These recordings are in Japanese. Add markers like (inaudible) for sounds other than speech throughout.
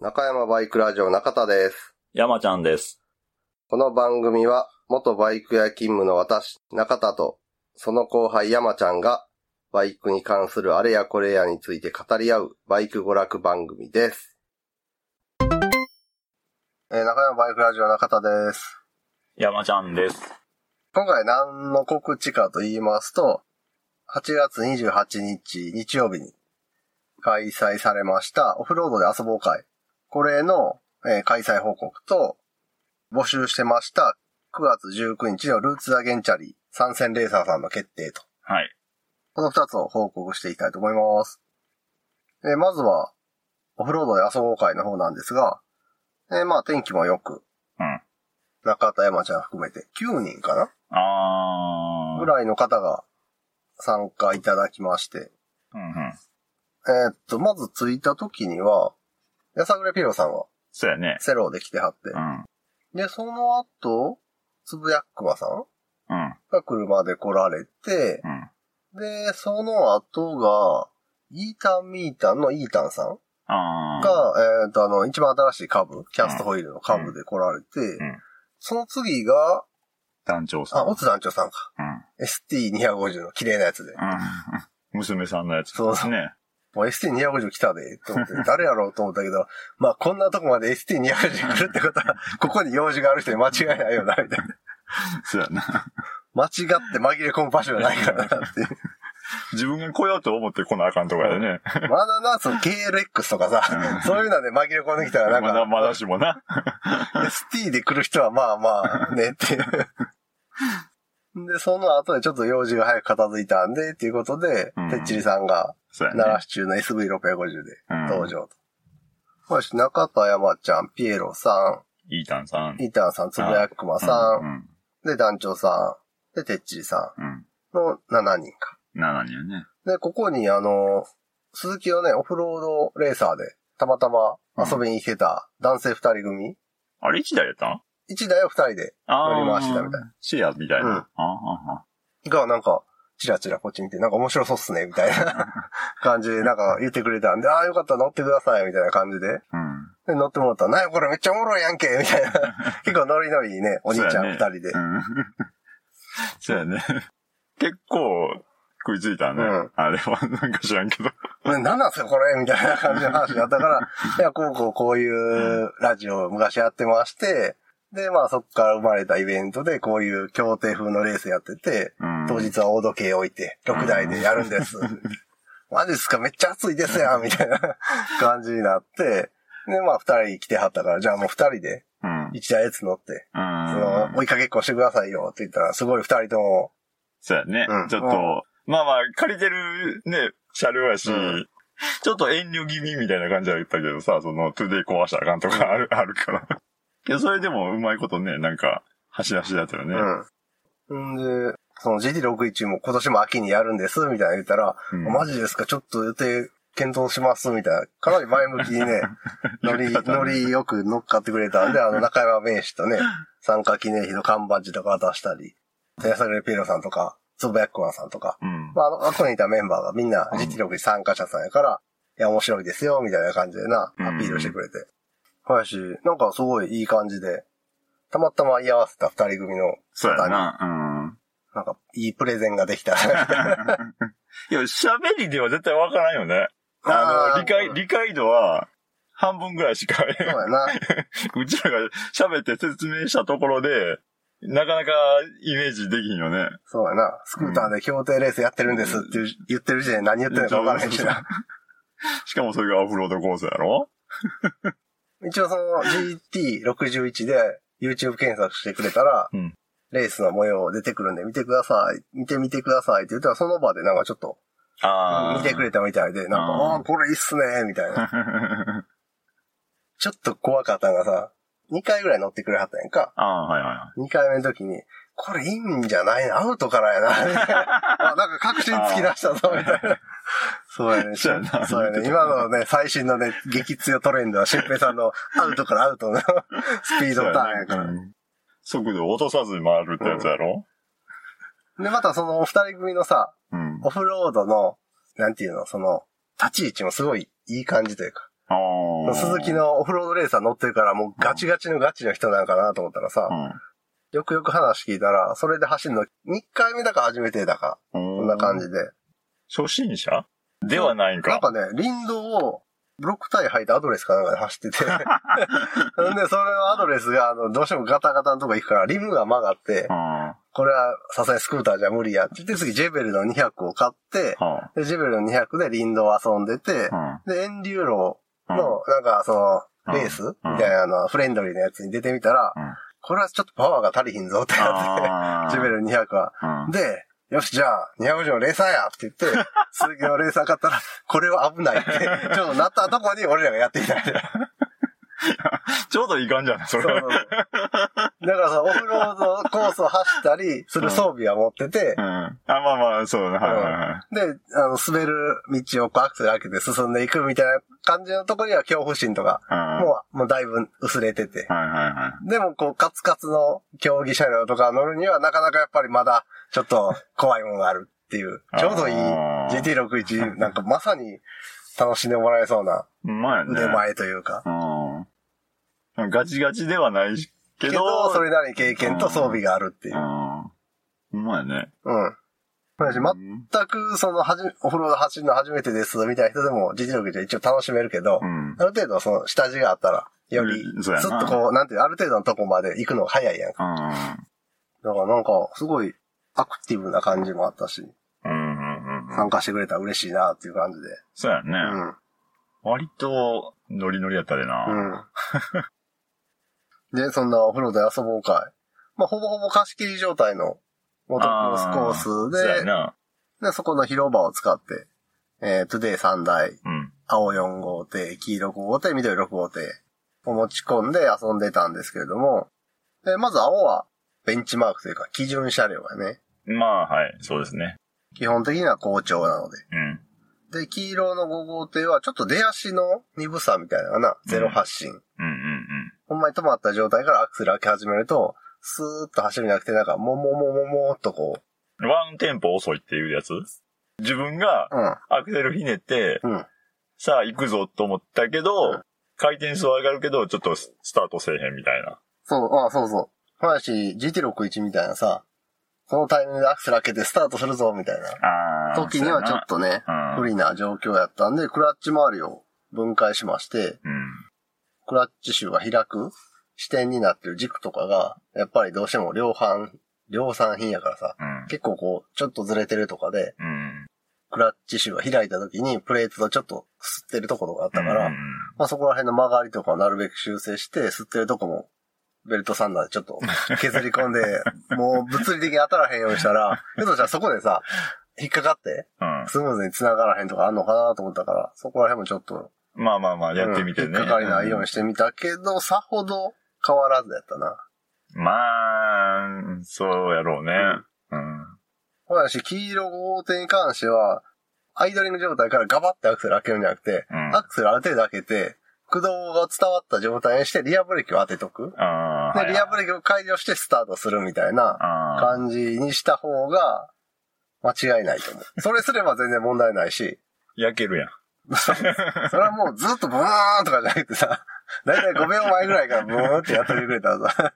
中山バイクラジオ中田です。山ちゃんです。この番組は、元バイク屋勤務の私、中田と、その後輩山ちゃんが、バイクに関するあれやこれやについて語り合う、バイク娯楽番組です。えー中山バイクラジオ中田です。山ちゃんです。今回何の告知かと言いますと、8月28日日曜日に開催されましたオフロードで遊ぼう会。これの、えー開催報告と、募集してました9月19日のルーツ・アゲンチャリー参戦レーサーさんの決定と。はい。この2つを報告していきたいと思います。えーまずは、オフロードで遊ぼう会の方なんですが、えーまあ天気も良く、うん。中田山ちゃん含めて9人かなあー。ぐらいの方が参加いただきまして、うんうん。えーっと、まず着いた時には、やさぐれピロさんはそうやね。セローで来てはってう、ん。で、その後、つぶやっくまさんうん。が車で来られてう、ん。で、その後が、イータンミータンのイータンさんあー。が、えーっと、あの、一番新しい株、キャストホイールの株で来られてん、その次が、団長さあ、ん。オツ団長さんか。うん。 ST250 の綺麗なやつで。うん。 (laughs) 娘さんのやつ。そうそうね。もう ST250 来たで、と思って、誰やろうと思ったけど、まあこんなとこまで ST250 来るってことは、 (laughs) ここに用事がある人に間違いないよな、みたいな。そうやな。間違って紛れ込む場所がないからな、っていう。自分が来ようと思って来なあかんとか (laughs) やね。 (laughs) まだな、その KLX とかさ、そういうので紛れ込んできたら、なまんだ、か、まだしもな。 ST で来る人はまあまあ、ね、っていう。で、その後でちょっと用事が早く片付いたんで、っていうことで、うんてっちりさんが、そうやね。奈良市中の SV650 でうん登場と。まあ、中田山ちゃん、ピエロさん、イータンさん。イータンさん、つぶやくまさ、うんん。で、団長さん、で、てっちりさうん。うんんの7人か。 7人やね。で、ここに、あの、鈴木のね、オフロードレーサーで、たまたま遊びに行けた男性2人組、あれ1台やったん1台を2人で、あ乗ー。り回してたみたいな。シェアみたいな。うんあーあが、なんか、チラチラこっち見て、なんか面白そうっすね、みたい (laughs) な感じで、なんか言ってくれたんで、ああ、よかったら乗ってください、みたいな感じで。ーあーうん。で、乗ってもらったら、なにこれめっちゃおもろいやんけ、みた (laughs) いな。結構ノリノリいいね、お兄ちゃん2人でう。ん。 (laughs) そうやね。結構食いついたね。うんあれはなんか知らんけど。これ何なんすかこれみたいな感じの話だったから、いや、こうこうこういうラジオを昔やってまして、で、まあそこから生まれたイベントでこういう協定風のレースやってて、うん。当日は大時計置いて、6台でやるんです。マジっすかめっちゃ暑いですやんみたいな感じになって、で、まあ二人来てはったから、じゃあもう二人でうん。うん。一台ずつ乗って、その、追いかけっこしてくださいよって言ったら、すごい二人とも、そうやね。うんちょっと、まあまあ、借りてるね、車両やし、うんちょっと遠慮気味みたいな感じは言ったけどさ、その、トゥデイ壊したらあかんとかある、 (laughs) あるから。けど、それでもうまいことね、なんか、端々だったよね。うん。んで、その GT61 も今年も秋にやるんです、みたいな言ったら、うんマジですかちょっと予定検討します、みたいな。かなり前向きに (laughs) ね、ノリ、ノリよく乗っかってくれたんで、あの、中山名士 (laughs) とね、参加記念碑の看板字とか渡したり、手さぐれピエロさんとか、つぶやくまさんとか、うん。まあ、あの、あそこにいたメンバーがみんなうん GT61 参加者さんやから、いや、面白いですよ、みたいな感じでな、うんアピールしてくれて。はいし、なんかすごいいい感じで、たまたま居合わせた二人組の、そうやな。なんか、いいプレゼンができた。 (laughs) うん。いや、喋りでは絶対わからんよね。 (laughs) あーの、理解、理解度は、半分ぐらいしか、そうやな。うちらが喋って説明したところで、なかなかイメージできひんよね。そうやな。スクーターで協定レースやってるんですっていう言ってる時点で何言ってるのか分からへんしな。 (laughs) しかもそれがオフロードコースやろ (laughs) 一応その GT61 で YouTube 検索してくれたらうん、レースの模様出てくるんで見てください。見てみてくださいって言ったらその場でなんかちょっとあ見てくれたみたいで、なんか、あーああー、これいいっすね、みた (laughs) いな。 (laughs) あちょっと怖かったのがさ、2回ぐらい乗ってくれはったやんか。あー、はいはいはい。 2回目の時に、これいいんじゃないのアウトから (laughs) やな。あなんか確信つき出したぞ、みたいな。そうやね。 (laughs) そうやなそうやね。今のね、最新のね、激強トレンドは、新平さんのアウトからアウトの (laughs) スピードターンやから。そうやね速度を落とさずに回るってやつやろで、またそのお二人組のさ、うん。オフロードの、なんていうの、その、立ち位置もすごいいい感じというか、ああ。うん鈴木。のオフロードレーサー乗ってるから、もうガチガチのガチの人なんかなと思ったらさう、よくよく話聞いたら、それで走るの、2回目だか初めてだか、ん。こんな感。じで。初心者ではないんなかん。かね、林道を、ブロックタイ履いたアドレスかなんかで走 (laughs) ってて。んで、それのアドレスが、あの、どうしてもガタガタのとこ行くから、リムが曲がってう、ん。はこれはさすがにスクーターじゃ無理やって言って、次ジェベルの200を買って、あでジェベルの200で林道を遊んでてう、ん。で、エンデューロうんの、なんかその、レースうんみたいなの、フレンドリーなやつに出てみたらうん、これはちょっとパワーが足りひんぞってなっ (laughs) あて、ージェベル200は。うんで、よし、じゃあ、250のレーサーやって (laughs) 言って、鈴木のレーサー買ったら、これは危ないって、ちょっとなったとこに俺らがやってき (laughs) たみたいな。ちょうどいい感じやね、そそうれ。そうそうだからさ、オフロードコースを走ったりする装備は持っててう、ん。あ、まあまあ、そうだね。はいはいはい。で、あの、滑る道をこうアクセル開けて進んでいくみたいな感じのとこには恐怖心とか、うん。もう、もうだいぶ薄れてて。はいはいはい。でも、こう、カツカツの競技車両とか乗るには、なかなかやっぱりまだ、ちょっと怖いものがあるっていう、ちょうどいいあー GT61、なんかまさに楽しんでもらえそうなうまいね。腕前というか。うん。ガチガチではないけけど、ど、それなりに経験と装備があるっていうう。ん。うまいね。うん。私、うん全く、その、はじ、オフロード走るの初めてです、みたいな人でも GT61 は一応楽しめるけどう、んあ。る程度、その、下地があったら、より、うんずそうやなっとこう、なんていう、ある程度のとこまで行くのが早いやんか。だからなんか、すごい、アクティブな感じもあったし、うん。うん。うん。参加してくれたら嬉しいなっていう感じで。そうやうね。ん。割と、ノリノリやったでな。 (laughs) うん。で、そんなお風呂で遊ぼう会。まあ、ほぼほぼ貸し切り状態のモトクロスコーそうスやで、な。で、そこの広場を使って、えー、トゥデイ3台、うん。青4号艇、黄色5号艇、緑6号艇を持ち込んで遊んでたんですけれども、で、まず青はベンチマークというか基準車両がね、まあ、はい、そうですね。基本的には好調なので、うん。で、黄色の5号艇は、ちょっと出足の鈍さみたいなのかな。ゼロ発進。うんうんほんまに止まった状態からアクセル開け始めると、スーッと走るんじゃなくて、なんか、もももももーっとこうん。ワンテンポ遅いっていうやつ自分がう、うん、アクセルひねって、うん、さあ行くぞと思ったけど、うん回転数は上がるけど、ちょっとススタートせえへんみたいな。そう、ああ、そうそう。まあし、GT61 みたいなさ、そのタイミングでアクセル開けてスタートするぞ、みたいなあ時にはちょっとね、と不利な状況やったんで、クラッチ周りを分解しまして、うん。クラッチシューが開く視点になってる軸とかが、やっぱりどうしても量販、量産品やからさ、うん。結構こう、ちょっとずれてるとかで、うん。クラッチシューが開いた時にプレートとちょっと吸ってるところがあったから、うんまあそこら辺の曲がりとかをなるべく修正して、吸ってるとこも、ベルトサンダーでちょっと削り込 (laughs) んで、もう物理的に当たらへんようにしたら、ひょっとしたらそこでさ、引っかかって、うんスムーズに繋がらへんとかあんのかなと思ったから、そこら辺もちょっと、まあまあまあ、やってみてね。うん引っかかりないようにしてみたけど、さほど変わらずやったな。うんまあ、そうやろうね。うん。ほらし、黄色号艇に関しては、アイドリング状態からガバってアクセル開けるんじゃなくて、うんアクセルある程度開けて、駆動が伝わった状態にしてリアブレーキを当てとく。ああ。で、リアブレーキを解除してスタートするみたいなああ。感じにした方が間違いないと思う。それすれば全然問題ないし、焼けるやん。それはもうずっとブーンとかじゃなくてさ、だいたい5秒前ぐらいからブーンってやっててくれたらさ。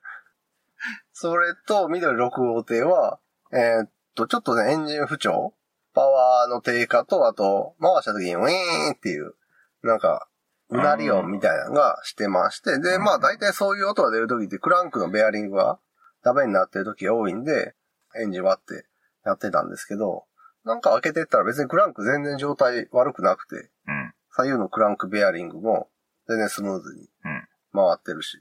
それと、緑6号艇は、えーっと、ちょっとね、エンジン不調パワーの低下と、あと、回した時にウィーンっていう、なんか、うなり音みたいなのがしてまして、で、まあ大体そういう音が出る時ってクランクのベアリングがダメになってる時が多いんで、エンジン割ってやってたんですけど、なんか開けてったら別にクランク全然状態悪くなくて、うん。左右のクランクベアリングも全然スムーズにうん回ってるし。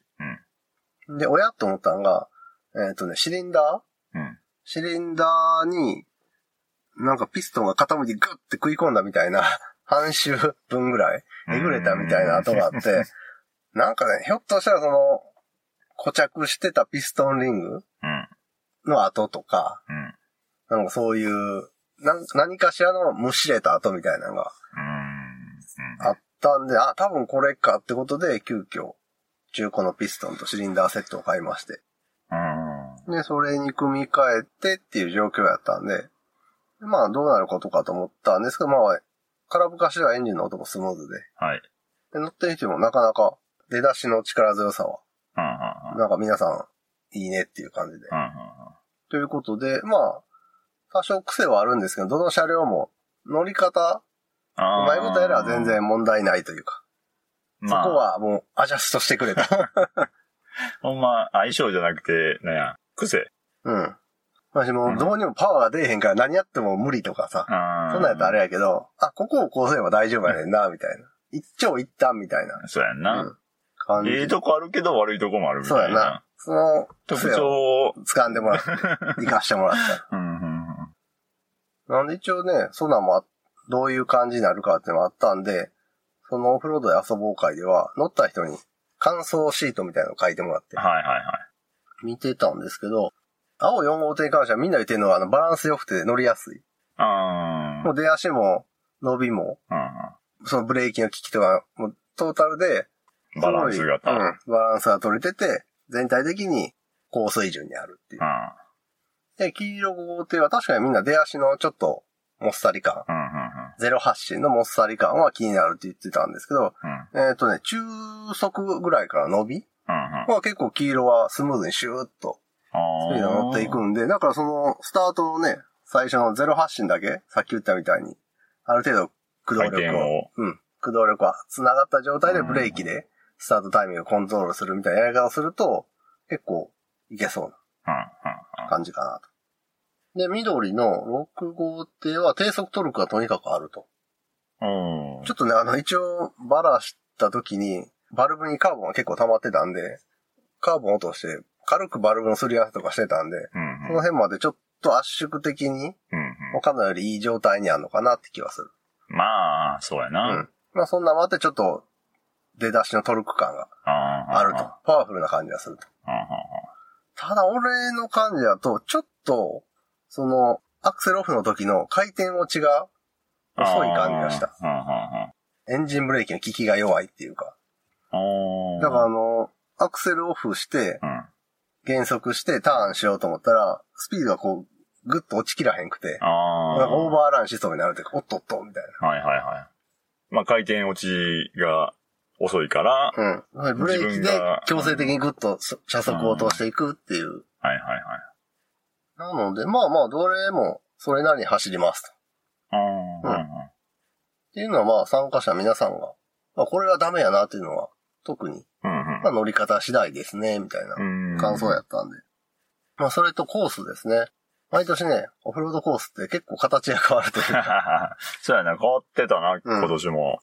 で、おやと思ったのが、えっ、とね、シリンダーうん。シリンダーに、なんかピストンが傾いてグッて食い込んだみたいな、 (laughs) 半周分ぐらい、えぐれたみたいな跡があって、なんかね、ひょっとしたらその、固着してたピストンリングうん。の跡とか、うん。なんかそういう、なん何かしらのむしれた跡みたいなのがうん。あったんで、あ、多分これかってことで、急遽、中古のピストンとシリンダーセットを買いまして。うん。で、それに組み替えてっていう状況やったんで、まあ、どうなることかと思ったんですけど、まあ、空ぶかしはエンジンの音もスムーズで、はい。で乗ってる人もなかなか出だしの力強さは、うんうんうんなんか皆さんいいねっていう感じで。うんうんということで、まあ、多少癖はあるんですけど、どの車両も乗り方、うあーまいことやれば全、然問題ないというか、そこまあ、はもうアジャストしてくれた。ほんま、相性じゃなくて、なんや、癖。うん。私うもんどうにもパワーが出えへんから何やっても無理とかさ、あそんなんやったらあれやけど、あ、ここをこうすれば大丈夫やねんな、みたいな。一長一短みたいな。そうやんうな。ん感じええとこあるけど悪いとこもあるみそうたやいなな。。その特癖を徴を。掴んでも (laughs) らって、活かしてもらった。うんうんうんなんで一応ね、そんなんもあどういう感じになるかっていうのもあったんで、そのオフロードで遊ぼう会では、乗った人に感想シートみたいなのを書いてもらって、はいはいはい。見てたんですけど、青4号艇に関してはみんな言ってるのは、あの、バランス良くて乗りやすい。あーもう出足も、伸びも、うそのブレーキの効きとか、もうトータルで、んバランスす型。ごいううんん、バランスが取れてて、全体的に高水準にあるっていう。で、黄色5号艇は確かにみんな出足のちょっと、もっさり感。うんうんうんゼロ発進のもっさり感は気になるって言ってたんですけど、うんえっ、とね、中速ぐらいから伸びうんうんは結構黄色はスムーズにシューッとスピードが乗っていくあんで、だからそのスタートのね、最初のゼロ発進だけ、さっき言ったみたいに、ある程度駆動回力転をを、うん、駆動力は繋がった状態でブレーキでスタートタイミングをコントロールするみたいなやり方をすると、結構いけそうーうんうんな感じかなと。で、緑の6号艇は低速トルクがとにかくあると。うんうんちょっとね、あの、一応、バラした時に、バルブにカーボンが結構溜まってたんで、カーボン落として、軽くバルブのすり合わせとかしてたんで、うんその辺までちょっと圧縮的に、うん他のよりいい状態にあるのかなって気はする。まあ、そうやうな。ん。まあ、そんなもあって、ちょっと、出だしのトルク感がああると。パワフルな感じがすると。ただ、俺の感じだと、ちょっと、その、アクセルオフの時の回転落ちが遅い感じがした。。うんうんエンジンブレーキの効きが弱いっていうか。うんだからあの、アクセルオフして、うん減速してターンしようと思ったら、スピードがこう、ぐっと落ちきらへんくて、あーなんかオーバーランしそうになるというか、おっとっと、みたいはいはいはい。まあ、回転落ちが遅いから、はいな。うん。ブレーキ自で分が強制的にぐっとそ車速を落としていくっていう。はいはい。なので、まあまあ、どれもそれなりに走りますと。っあーうんうんていうのはまあ、参加者皆さんが、まあ、これはダメやなっていうのは、特に、うんうんまあ、乗り方次第ですね、みたいな。うん感想やったんで。まあ、それとコースですね。毎年ね、オフロードコースって結構形が変わるという (laughs) か、 (laughs) そうやな、変わってたな、うん今年も。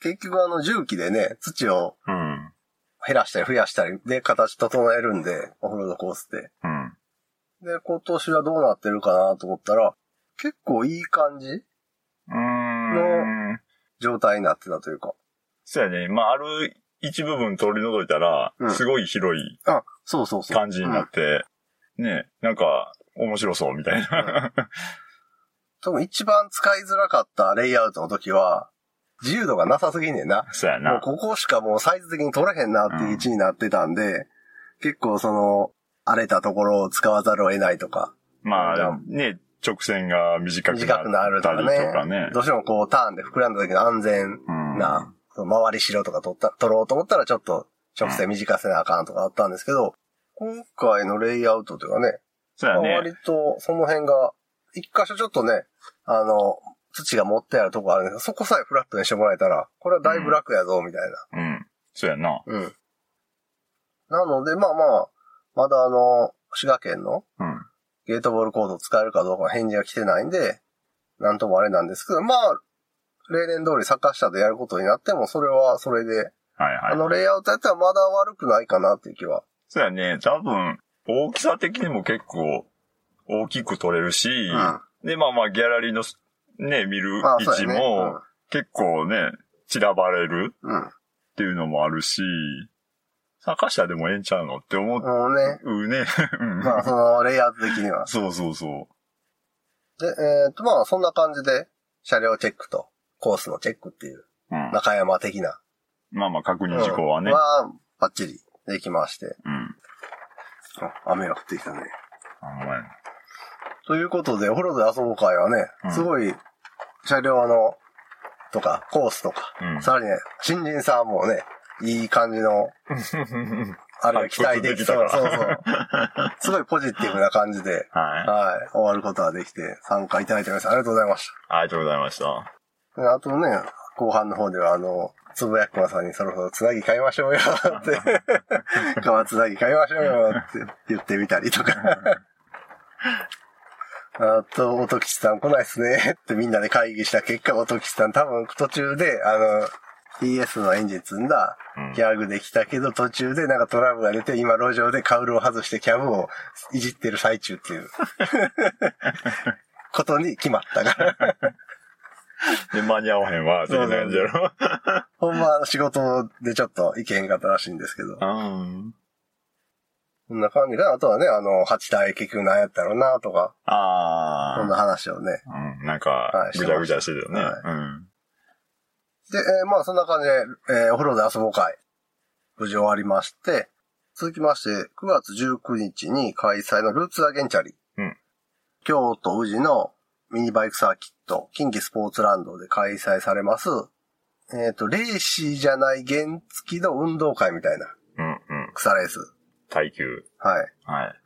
結局あの重機でね、土をうん。減らしたり増やしたりで形整えるんで、オフロードコースって。うん。で、今年はどうなってるかなと思ったら、結構いい感じうーん。状態になってたというか。そうやね。まあ、ある一部分取り除いたらう、んすごい広いあ、そうそうそう。感じになうんって、ね、なんか、面白そうみたいな。多分一番使いづらかったレイアウトの時は、自由度がなさすぎんねんな。 (laughs) そうやもうな。ここしかもうサイズ的に取れへんなっていう位置になってたんで、結構その、荒れたところを使わざるを得ないとか、まあ、ね、直線が短く短くななるっとたかりとね。かね。どうしてもこうターンで膨らんだ時の安全うんな、その回りしろとか取った、取ろうと思ったらちょっと直線短くせなあかんとかあったんですけど、今回のレイアウトというかね、そうまあやね割。とその辺が、一箇所ちょっとね、あの、土が持ってあるとこあるんですけど、そこさえフラットにしてもらえたら、これはだいぶ楽やぞ、みたいな。うん。そうやな。うん。なので、まあまあ、まだあの、滋賀県のうん。ゲートボールコードを使えるかどうかの返事が来てないんで、なんともあれなんですけど、まあ、例年通り坂下でやることになっても、それはそれで、はいはい。あのレイアウトやったらまだ悪くないかなっていう気は。そうやね。多分、大きさ的にも結構大きく取れるし、んで、まあまあ、ギャラリーのす、ね、見るまあ、位そう置やね。も、結構ね、散らばれるうん。うんっていうのもあるし、坂下でもええんちゃうのっても思うね、うね。うんまあ、そのレイアウト的には。そうそうそで、えっ、と、まあ、そんな感じで、車両チェックと、コースのチェックっていう、う。うん、中山的な。まあまあ、確認事項はね。うんは、バッチリできまして。うん。あ雨が降ってきたね。あんまり。ということで、お風呂で遊ぼう会はねう、んすごい、車両の、とか、コースとか、うんさらにね、新人さんもね、いい感じの、あれが期待できそう。はいそうそう。すごいポジティブな感じで、 (laughs) はい。はい、終わることができて、参加いただいてます。ありがとうございましありがとうございました。た。であとね、後半の方では、あの、つぶやくまさんにそろそろつなぎ買いましょうよ (laughs) って、川つなぎ買いましょうよって言ってみたりとか。あと、音吉さん来ないっすねってみんなで会議した結果、音吉さん多分途中で、あの、ES のエンジン積んだうんギャグできたけど、途中でなんかトラブルが出て、今路上でカウルを外してキャブをいじってる最中って (laughs) いう、ことに決まったから。で、間に合わへんわ、っていう感じやろ。ほんま仕事でちょっと意見があったらしいんですけど。うん。こんな感じで、あとはね、あの、8体結局何やったろうなとか、あこんーな話をね。うん、なんはか、いぐちゃぐちゃしてるよね。はうん。で、えーまあそんな感じで、えーお風呂で遊ぼう会、無事終わりまして、続きまして、9月19日に開催のルーツアゲンチャリ。うん京都宇治のミニバイクサーキット、近畿スポーツランドで開催されます、えっ、と、レーシーじゃない原付きの運動会みたいなうん、うん。草レース。耐久。はい。はい。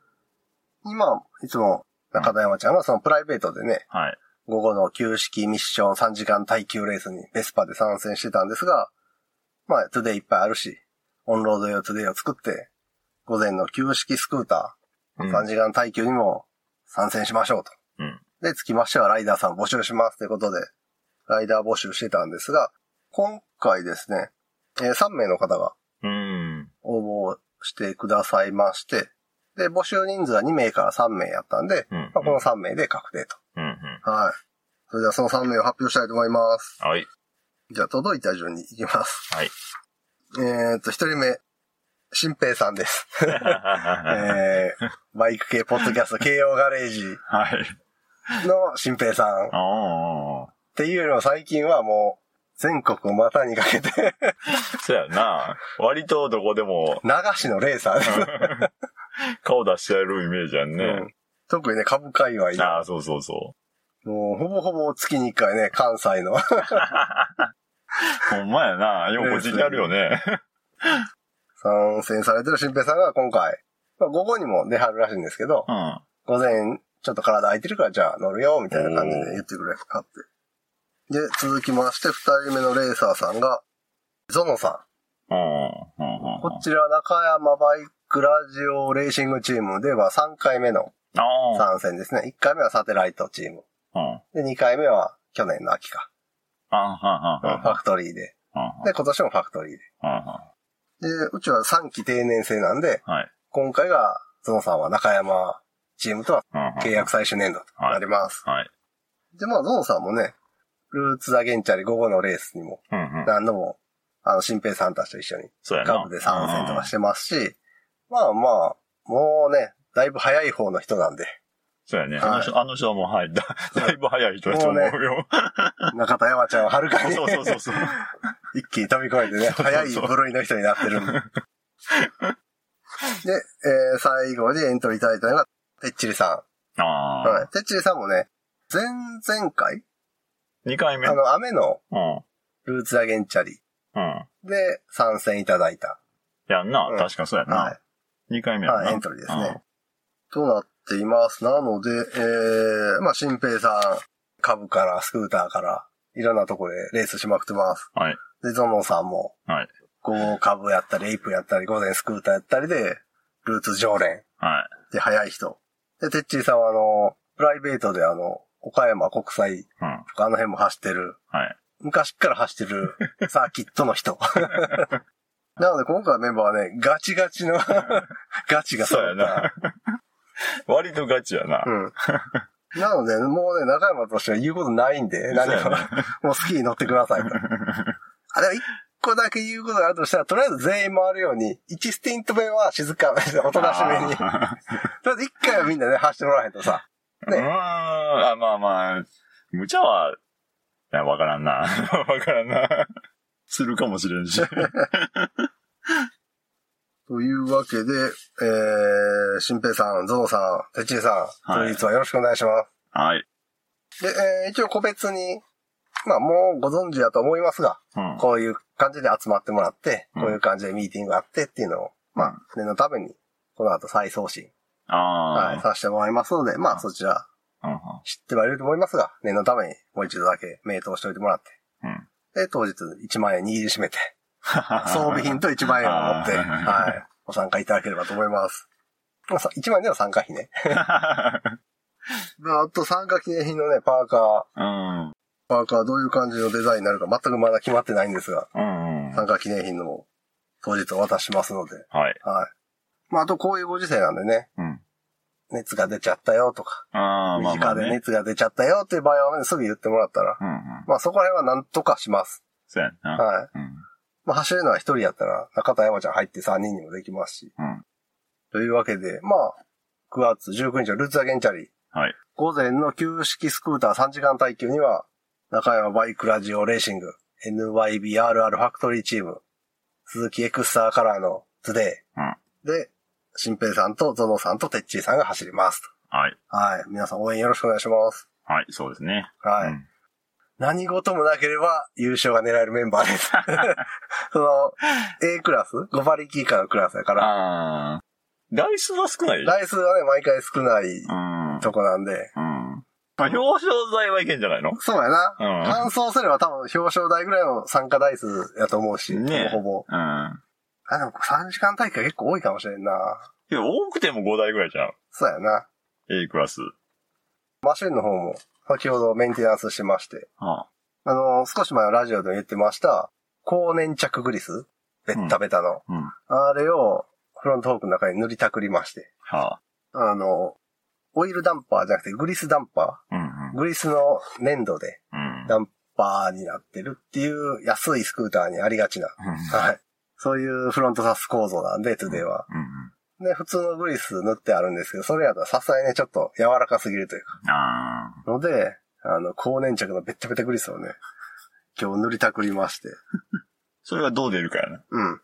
今、いつも中田山ちゃんがそのプライベートでね、はい。午後の旧式ミッション3時間耐久レースにベスパで参戦してたんですが、まあ、トゥデイいっぱいあるし、オンロード用トゥデイを作って、午前の旧式スクータうーん3時間耐久にも参戦しましょうと。うんで、つきましてはライダーさん募集しますということで、ライダー募集してたんですが、今回ですね、え3名の方がうん。応募してくださいまして、で、募集人数は2名から3名やったんで、うんまあ、この3名で確定と。うん、うん。はい。それではその3名を発表したいと思います。はい。じゃあ、届いた順に行きます。 (laughs) はい。えーっと、1人目、新平さんです。えー、バイク系ポッドキャスト、慶応ガレージはい。の新平さん。っああ。ていうよりも最近はもう、全国を股にかけて、そやな。割とどこでも (laughs) 流しのレーサーです。顔出してやるイメージやんね。うん特にね、株界隈で、ああ、そうそうそもうほぼほぼ月に1回ね、関西のう。ほんまやな。ようこじにあるよね。参戦されてる新平さんが今回、まあ午後にも出はるらしいんですけどう、ん。午前、ちょっと体空いてるから、じゃあ乗るよ、みたいな感じで言ってくれはって。で、続きまして、二人目のレーサーさんが、ゾノさうん。うんん。こちらは中山バイクラジオレーシングチームでは3回目のああ。参戦ですね。1回目はサテライトチーム。うん。あで、2回目は去年の秋か。ファあ。クトリーで。はで、今年もファクトリーで。で、うちは3期定年制なんで、はい。今回が、ゾノさんは中山チームとは契約最終年度となります。はい。で、まあ、ゾンさんもね、ルーツ・ザ・ゲンチャリ午後のレースにも、うんうん。何度も、あの、新平さんたちと一緒に、そうやな。カブで参戦とかしてますし、まあまあ、もうね、だいぶ早い方の人 (laughs) なんで、そうやね。あの人、あの人はもう、はい。だいぶ早い人だと思うよ。中田山ちゃんははるかに、そうそうそうそう。 (laughs) 一気に飛び越えてね、そうそうそう早い部類の人になってるん (laughs) で。で、えー最後にエントリーいただいたのが、てっちりさん。あはあ。い。てっちりさんもね、前々回、二回目。あの、雨のうん。ルーツ・ザ・ゲンチャリうん。で参戦いただいた。やんなうん。確かそうやはいな。。二回目やんはな。い、エントリーですね。となっています。なので、えー、まあ、新平さん、株から、スクーターから、いろんなとこでレースしまくってます。うん。はい。で、ゾノさんも、はい。午後株やったり、エイプやったり、午前スクーターやったりで、ルーツ常連。はい。で、早い人。で、てっちーさんは、あの、プライベートで、あの、岡山国際うん。とか、あの辺も走ってる、はい。昔から走って (laughs) るサーキットの人。 (laughs) なので、今回のメンバーはね、ガチガチ (laughs) の、ガチがそう揃やっなた。。割とガチやな。うん。 (laughs) なので、もうね、中山としては言うことないんで、何そうやも、 (laughs) もうスキーに乗ってくだ (laughs) さいと。あ、でも一個だけ言うことがあるとしたら、とりあえず全員回るように、1スティント目は静かめで、おとなしめに。 (laughs) とりああえず一回はみんなね、走ってもらわへんとさ。ーうーん。あ、まあまあ、無茶は、いや、わからんな。 (laughs) わからんな。するかもしれんし。というわけで、えー、新平さん、ゾウさん、てっちりさん、はい当日はよろしくお願いします。はい。で、えー一応個別にまあもうご存知だと思いますが、うん。こういう感じで集まってもらって、うんこういう感じでミーティングあってっていうのを、まうんあ、念のために、この後再送信、あはい、させてもらいますので、まあそちらあ。うん知ってはいると思いますが、念のためにもう一度だけ名刀しておいてもらって、うん。で、当日1万円握りしめて、装備品と1万円を持って、あーはい、ご参加いただければと思います。まあさ1万円では参加費ね。であと参加記念品のね、パーカー、 (laughs) うん。パーカーどういう感じのデザインになるか全くまだ決まってないんですが、うん。参加記念品のも当日お渡ししますので、はい。はい。まあ、あとこういうご時世なんでね、うん。熱が出ちゃったよとか、ああ、身まあまあ近でね。熱が出ちゃったよっていう場合はね、すぐ言ってもらったら、うんうん。まあそこら辺はなんとかします。そうやんな。はい。うん。まあ走るのは一人やったら、中田山ちゃん入って3人にもできますし。うん。というわけで、まあ、9月19日のルーツアゲンチャリ。はい。午前の旧式スクーター3時間耐久には、中山バイクラジオレーシング、NYBRR ファクトリーチーム、鈴木エクスターカラーのトゥデうん。イで、新平さんとゾノさんとテッチーさんが走りますと。はい。はい。皆さん応援よろしくお願いします。はい、そうですね。はい。うん何事もなければ優勝が狙えるメンバー (laughs) です。その、A クラス ?5 馬力以下のクラスやから、ああ。台数は少ない台数はね、毎回少ないうん。うん。とこなんで、まあ、表彰台はいけんじゃないのそうやな。うん完走すれば多分表彰台ぐらいの参加台数やと思うし、ねえほぼほぼ。うん。あ、でも3時間大会結構多いかもしれんな。けど多くても5台ぐらいじゃん。そうやな。 A クラス。マシンの方も先ほどメンテナンスしまして、ああの、少し前のラジオでも言ってました、高粘着グリスベッタベタの。あ。うん。あれをフロントフォークの中に塗りたくりまして、はあの、オイルダンパーじゃなくてグリスダンパあ。うんうん。ーグリスの粘土でうん。ダンパーになってるっていう安いスクーターにありがちなはい。そういうフロントサス構造なんで、トゥデイは。うんで、普通のグリス塗ってあるんですけど、それやとさすがにね、ちょっと柔らかすぎるというか。うん。ああ。ので、あの、高粘着のベタベタグリスをね、今日塗りたくりまして。それがどう出るかやな。うん。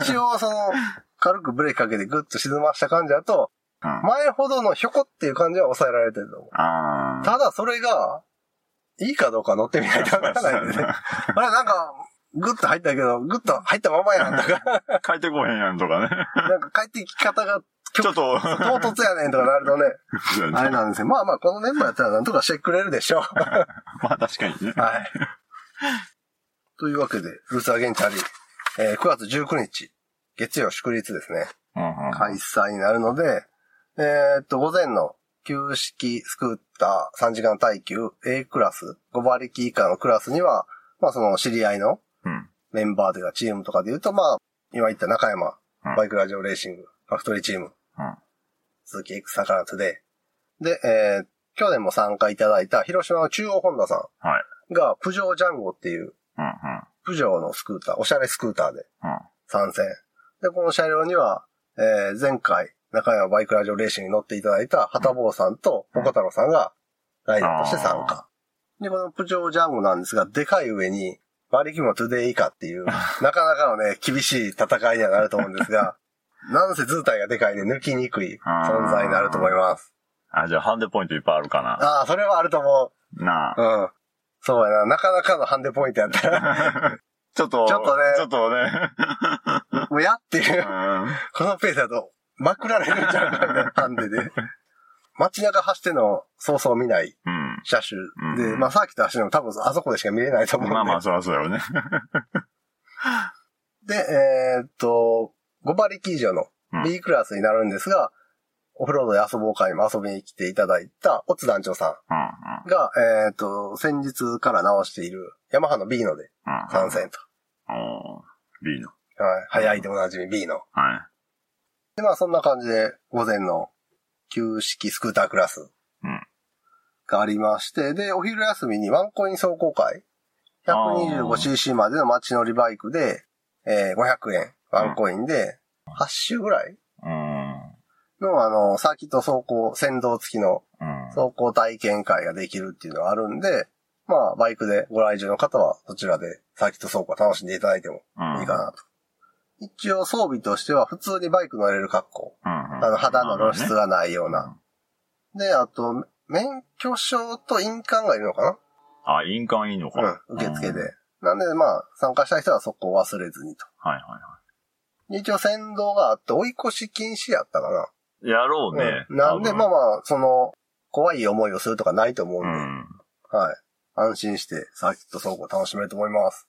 一応、その、軽くブレーキかけてグッと沈ました感じだと、うん。前ほどのひょこっていう感じは抑えられてると思う。ああ。ただ、それが、いいかどうか乗ってみないとわからないんでね。あれ、なんか、グッと入ったけど、グッと入ったままやんとか、 (laughs) 書いてこへんやん (laughs) とかね。なんか帰ってき方がちょっと。唐突やねんとかなるとね、そうやあなれなんですよ。まあまあ、このメンバーやったらなんとかしてくれるでしょう。 (laughs) は (laughs) まあ確かにね。い。というわけで、ルースアゲンチャリ、えー9月19日、月曜祝日ですね、うんうん開催になるので、えーっと、午前の旧式スクーター3時間耐久 A クラス、5馬力以下のクラスには、まあその知り合いのうん。メンバーというかチームとかで言うと、まあ、今言った中山うん、バイクラジオレーシング、ファクトリーチーム、うん。鈴木エクサカラトゥデイ。で、えー去年も参加いただいた広島の中央本田さはんい。が、プジョージャンゴっていう、うんうん。プジョーのスクーター、おしゃれスクーターでうん。参戦。で、この車両には、えー前回、中山バイクラジオレーシングに乗っていただいた、はたぼうさんと、ポコ太郎さんが、ライダーとして参加。で、このプジョージャンゴなんですが、でかい上に、馬力もトゥデイ以下っていう、なかなかのね、厳しい戦いにはなると思うんですが、 (laughs) なんせ図体がでかいんで抜きにくい存在になると思います。あ、じゃあハンデポイントいっぱいあるかな。ああ、それはあると思なう。あ。うん。そうやな。なかなかのハンデポイントやったら、 (laughs) ちょっと、ちょっとねちょ (laughs) っとね。もうやってういう、ん。このペースだと、まくられるんちゃうかみたいなハンデで。街中走ってんの、そうそう見ないうん。車種うで、んまあサーキット走るのも多分あそこでしか見れないと思うんで。まあまあ、そりゃそうだろうね。で、えーっと、5馬力以上のうん B クラスになるんですが、オフロードで遊ぼう会にも遊びに来ていただいた、オツ団長さうんうんんが、えーっと、先日から直している、ヤマハの B のでうん。参戦と。おー。B の。はい。早いでおなじみ B の。はい。で、まあそんな感じで、午前の旧式スクータークラスうんがありまして、で、お昼休みにワンコイン走行会、あー 125cc までの街乗りバイクで、えー500円、ワンコインで、8周ぐらいうん。の、あの、サーキット走行、先導付きのうん。走行体験会ができるっていうのがあるんで、まあ、バイクでご来場の方は、そちらでサーキット走行を楽しんでいただいてもうん。いいかなと。一応装備としては、普通にバイク乗れる格好。うん。あの、肌の露出ががないような。で、あと、免許証と印鑑がいるのかなあ、印鑑いいのか。うん、受付でうんはい。なんで、まあ、参加した人はそこを忘れずにと。はいは一応、先導があって、追い越し禁止やったかな。い。やろうね。うんなんで、多分まあまあ、その、怖い思いをするとかないと思うんうで、ん。はい。安心して、サーキット走行を楽しめると思います。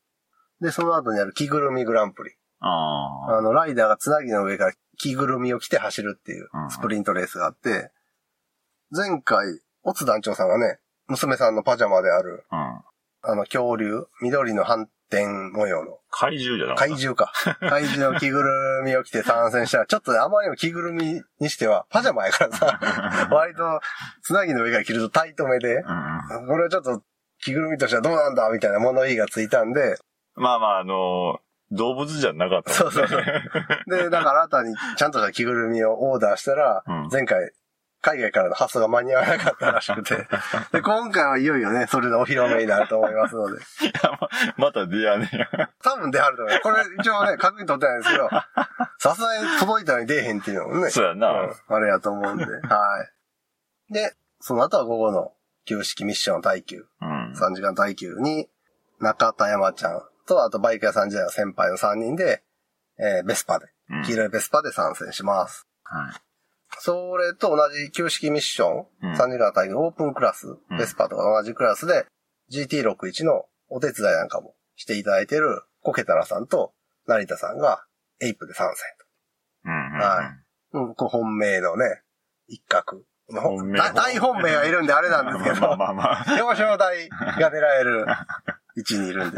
で、その後にある着ぐるみグランプリ。ああの、ライダーがつなぎの上から着ぐるみを着て走るっていううんスプリントレースがあって、前回、オツ団長さんがね、娘さんのパジャマである、あ。うん。あの、恐竜、緑の斑点模様の、怪獣じゃなかった怪獣か。怪獣の着ぐるみを着て参戦したら、ちょっとねあまりにも着ぐるみにしては、パジャマやから (laughs) さ、割と、つなぎの上から着るとタイトめで、うんこれはちょっと、着ぐるみとしてはどうなんだみたいな物言いがついたんで、うん。まあまあ、あのー、動物じゃなかったもんね。そうそうそで、だから新たにちゃんとした着ぐるみをオーダーしたら、うん前回、海外からの発送が間に合わなかったらしくて。 (laughs) で、今回はいよいよね、それのお披露目になると思いますので。いやままた出やねや。多分出はると思う。これ一応ね、確認取ってないんですけど、さすがに届いたのに出えへんっていうのもね、そうやうな。んあれやと思うんで。はい。で、その後は午後の旧式ミッション耐久、うん。 3時間耐久に、中田山ちゃんと、あとバイク屋さん時代の先輩の3人で、えーベスパで、うん黄色いベスパで参戦します。はいそれと同じ旧式ミッション、うん3時間対応オープンクラス、んベスパとかと同じクラスで、GT61 のお手伝いなんかもしていただいてるコケタラさんと成田さんがエイプで参うんうんは戦。うん、こう本命のね、一角。本命だ大本命はいるんであれなんですけまあど、まあまあ。表彰台が狙える位置にいるんで、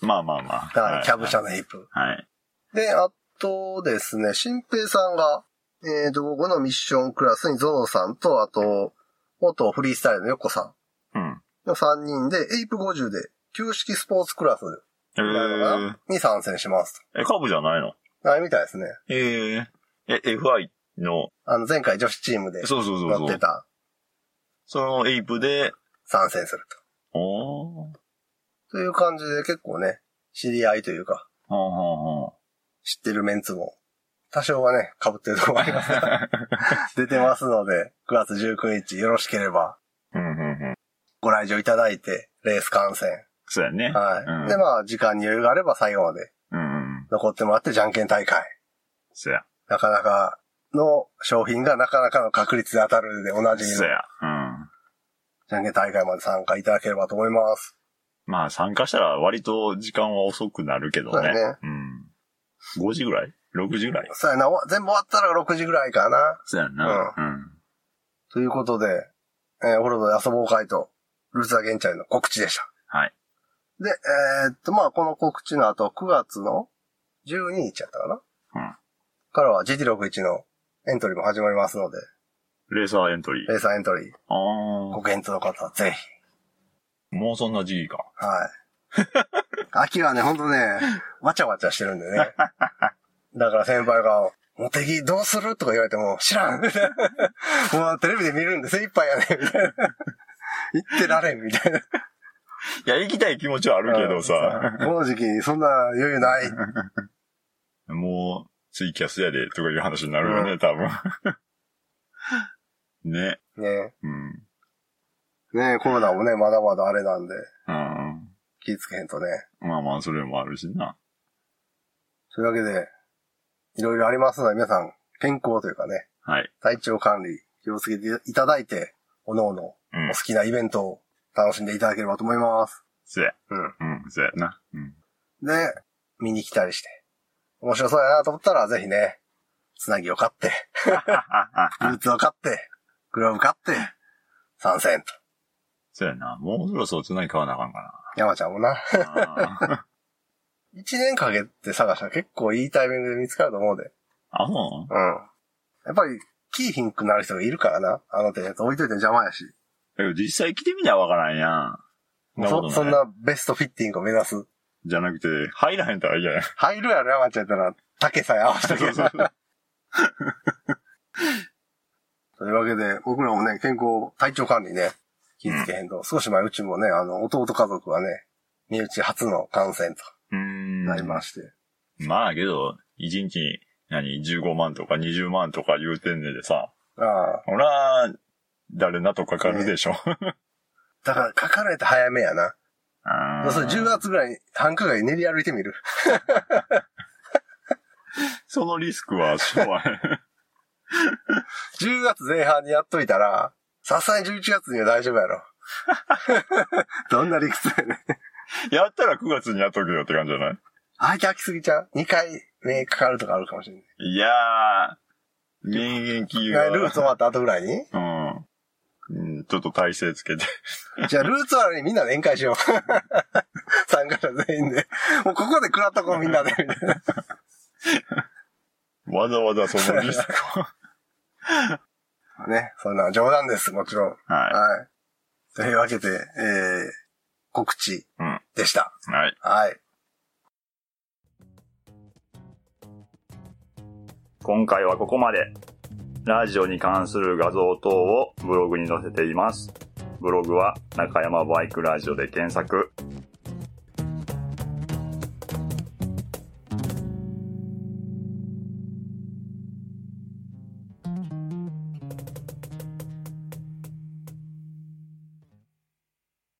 まあまあまあ。はい、キャブ社のエイプ。はい。で、あとですね、新平さんが、えー、と、午後のミッションクラスにゾノさんと、あと、元フリースタイルのヨコさうん。んの3人で、エイプ50で、旧式スポーツクラスえー、に参戦しますえ、カブじゃないのと。あれみたいですね。えー、え、FI の、あの、前回女子チームでそうそうそう乗っそてう。た、そのエイプで、参戦するおー。と。という感じで、結構ね、知り合いというか、ほんほんほん。知ってるメンツも、多少はね、被ってるところあります (laughs) (laughs) が、出てますので、9月19日、よろしければ、うんうんうん。ご来場いただいて、レース観戦、そうやね。はい。うんで、まあ、時間に余裕があれば最後までうんうん。残ってもらって、じゃんけん大会。そうや。なかなかの商品がなかなかの確率で当たるでおなじみのそうや。うん。じゃんけん大会まで参加いただければと思います。まあ参加したら割と時間は遅くなるけどそうね。やねうん。5時ぐらい ?6 時ぐらいそうやな、お全部終わったら6時ぐらいかな。そうやな。うん。ということで、えー、オフロードで遊ぼう会と、ルーツアゲンチャイの告知でした。はい。で、えーっと、まあ、この告知の後、9月の12日やったかなうん。からは GT61 のエントリーも始まりますので、レーサーエントリー。レーサーエントリー、あご検討の方はぜひ。ー。もうそんな時期か。はい。 (laughs) 秋はね、ほんとね、わちゃわちゃしてるん (laughs) でね。だから先輩が、モテギどうするとか言われても、知らん (laughs) もうテレビで見るんで (laughs) 精一杯やねみたいな。言ってられんみたいな。いや、行きたい気持ちはあるけどさ。この時期にそんな余裕ない。もう、ツイキャスやで、とかいう話になるよね、う多分。 (laughs) ね。ねうん。ねコロナもね、まだまだあれなんで、うん。気ぃつけへんとね。まあまあ、それもあるしな。というわけで、いろいろありますので、皆さん、健康というかね、はい。体調管理、気をつけていただいて、おのおの、うおん好。きなイベントを楽しんでいただければと思います。そや。うん。うん、そやな。うん。 (laughs) で、見に来たりして。面白そうやなと思ったら、ぜひね、つなぎを買って、ブーツを買って、グローブ買って、参戦と。そやな。もうそろそろつなぎ買わなあかんか山ちゃんもな。な。一年かけて探したら結構いいタイミングで見つかると思うで。あ、ほうん。やっぱり、キーヒンクになる人がいるからな。あの手のやつ置いといて邪魔やし。うえ実際着てみなわからんやん。そこといそん。なベストフィッティングを目指す。じゃなくて、入らへんとらいいやん。入るやろ、山ちゃんやったら、竹さえ合わせとけそうそうば。というわけで、僕らもね、健康、体調管理ね、気ぃつけへんと。少し前、うちもね、あの、弟家族はね、身内初の感染と (laughs) うーん。なりまして。まあけど、一日に、何、15万とか20万とか言うてんねでさ、ああ、ほら、誰なとかかるでしょ。だから、かかるやつ早めやな。あ (laughs) ーそう、10月ぐらいに繁華街練り歩いてみる。 (laughs) そのリスクは、しょうがない。 10月前半にやっといたら、さすがに11月には大丈夫やろ。 (laughs) どんな理屈 (laughs) やねん。 (laughs) やったら9月にやっとけよって感じじゃないあいて飽きすぎちゃう ?2 回目かかるとかあるかもしれない。いやー、免疫一が。回 (laughs) ルーツ終わった後ぐらいにうん。うん、ちょっと体勢つけて。 (laughs) じゃあルーツあるのにみんなで宴会しよう。 (laughs) 参加者全員で。もうここで食らった子みんなで。みたいなわざわざそのリスク (laughs) を。ね。そんな冗談です、もちろん。ははい。というわけで、えー、告知うんでした。い。はい。はい。今回はここまで。ラジオに関する画像等をブログに載せています。ブログは中山バイクラジオで検索、